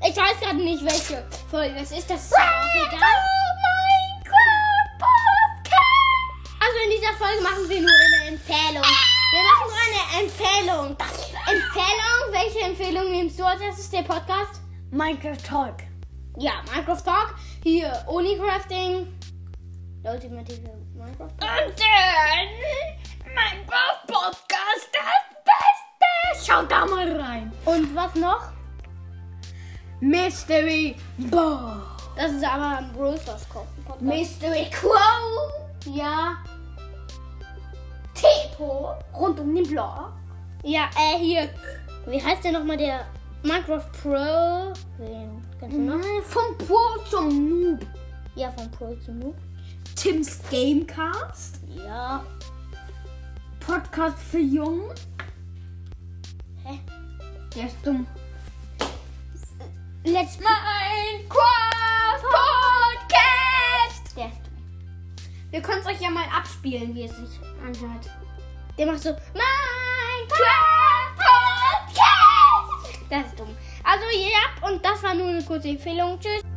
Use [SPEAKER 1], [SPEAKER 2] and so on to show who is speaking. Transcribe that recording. [SPEAKER 1] weiß gerade nicht, welche Folge das ist. Das ist ja auch egal. Also in dieser Folge machen wir nur eine Empfehlung. Wir machen nur eine Empfehlung. Empfehlung? Welche Empfehlung nimmst du als erstes? Der Podcast?
[SPEAKER 2] Minecraft Talk.
[SPEAKER 1] Ja, Minecraft Talk. Hier, Unicrafting. Der ultimative Minecraft.
[SPEAKER 2] Und dann mein Podcast, das Beste. Schau da mal rein.
[SPEAKER 1] Und was noch?
[SPEAKER 2] Mystery Ball.
[SPEAKER 1] Das ist aber ein Brawl Stars Podcast.
[SPEAKER 2] Mystery Quo.
[SPEAKER 1] Ja,
[SPEAKER 2] Tepo. Rund um den Block.
[SPEAKER 1] ja, äh, hier. Wie heißt der nochmal der Minecraft Pro? Wen? Kennst du
[SPEAKER 2] Mhm.
[SPEAKER 1] noch?
[SPEAKER 2] Vom Pro Äh, zum Noob.
[SPEAKER 1] Ja, von Pro zu Noob.
[SPEAKER 2] Tims Gamecast.
[SPEAKER 1] Ja.
[SPEAKER 2] Podcast für Jungen.
[SPEAKER 1] Hä?
[SPEAKER 2] Der ist dumm.
[SPEAKER 1] Let's
[SPEAKER 2] Minecraft Podcast.
[SPEAKER 1] Der ist
[SPEAKER 2] Wir können es euch ja mal abspielen, wie es sich anhört.
[SPEAKER 1] Der macht so Minecraft
[SPEAKER 2] Podcast.
[SPEAKER 1] Das ist dumm. Also, ja, und das war nur eine kurze Empfehlung. Tschüss.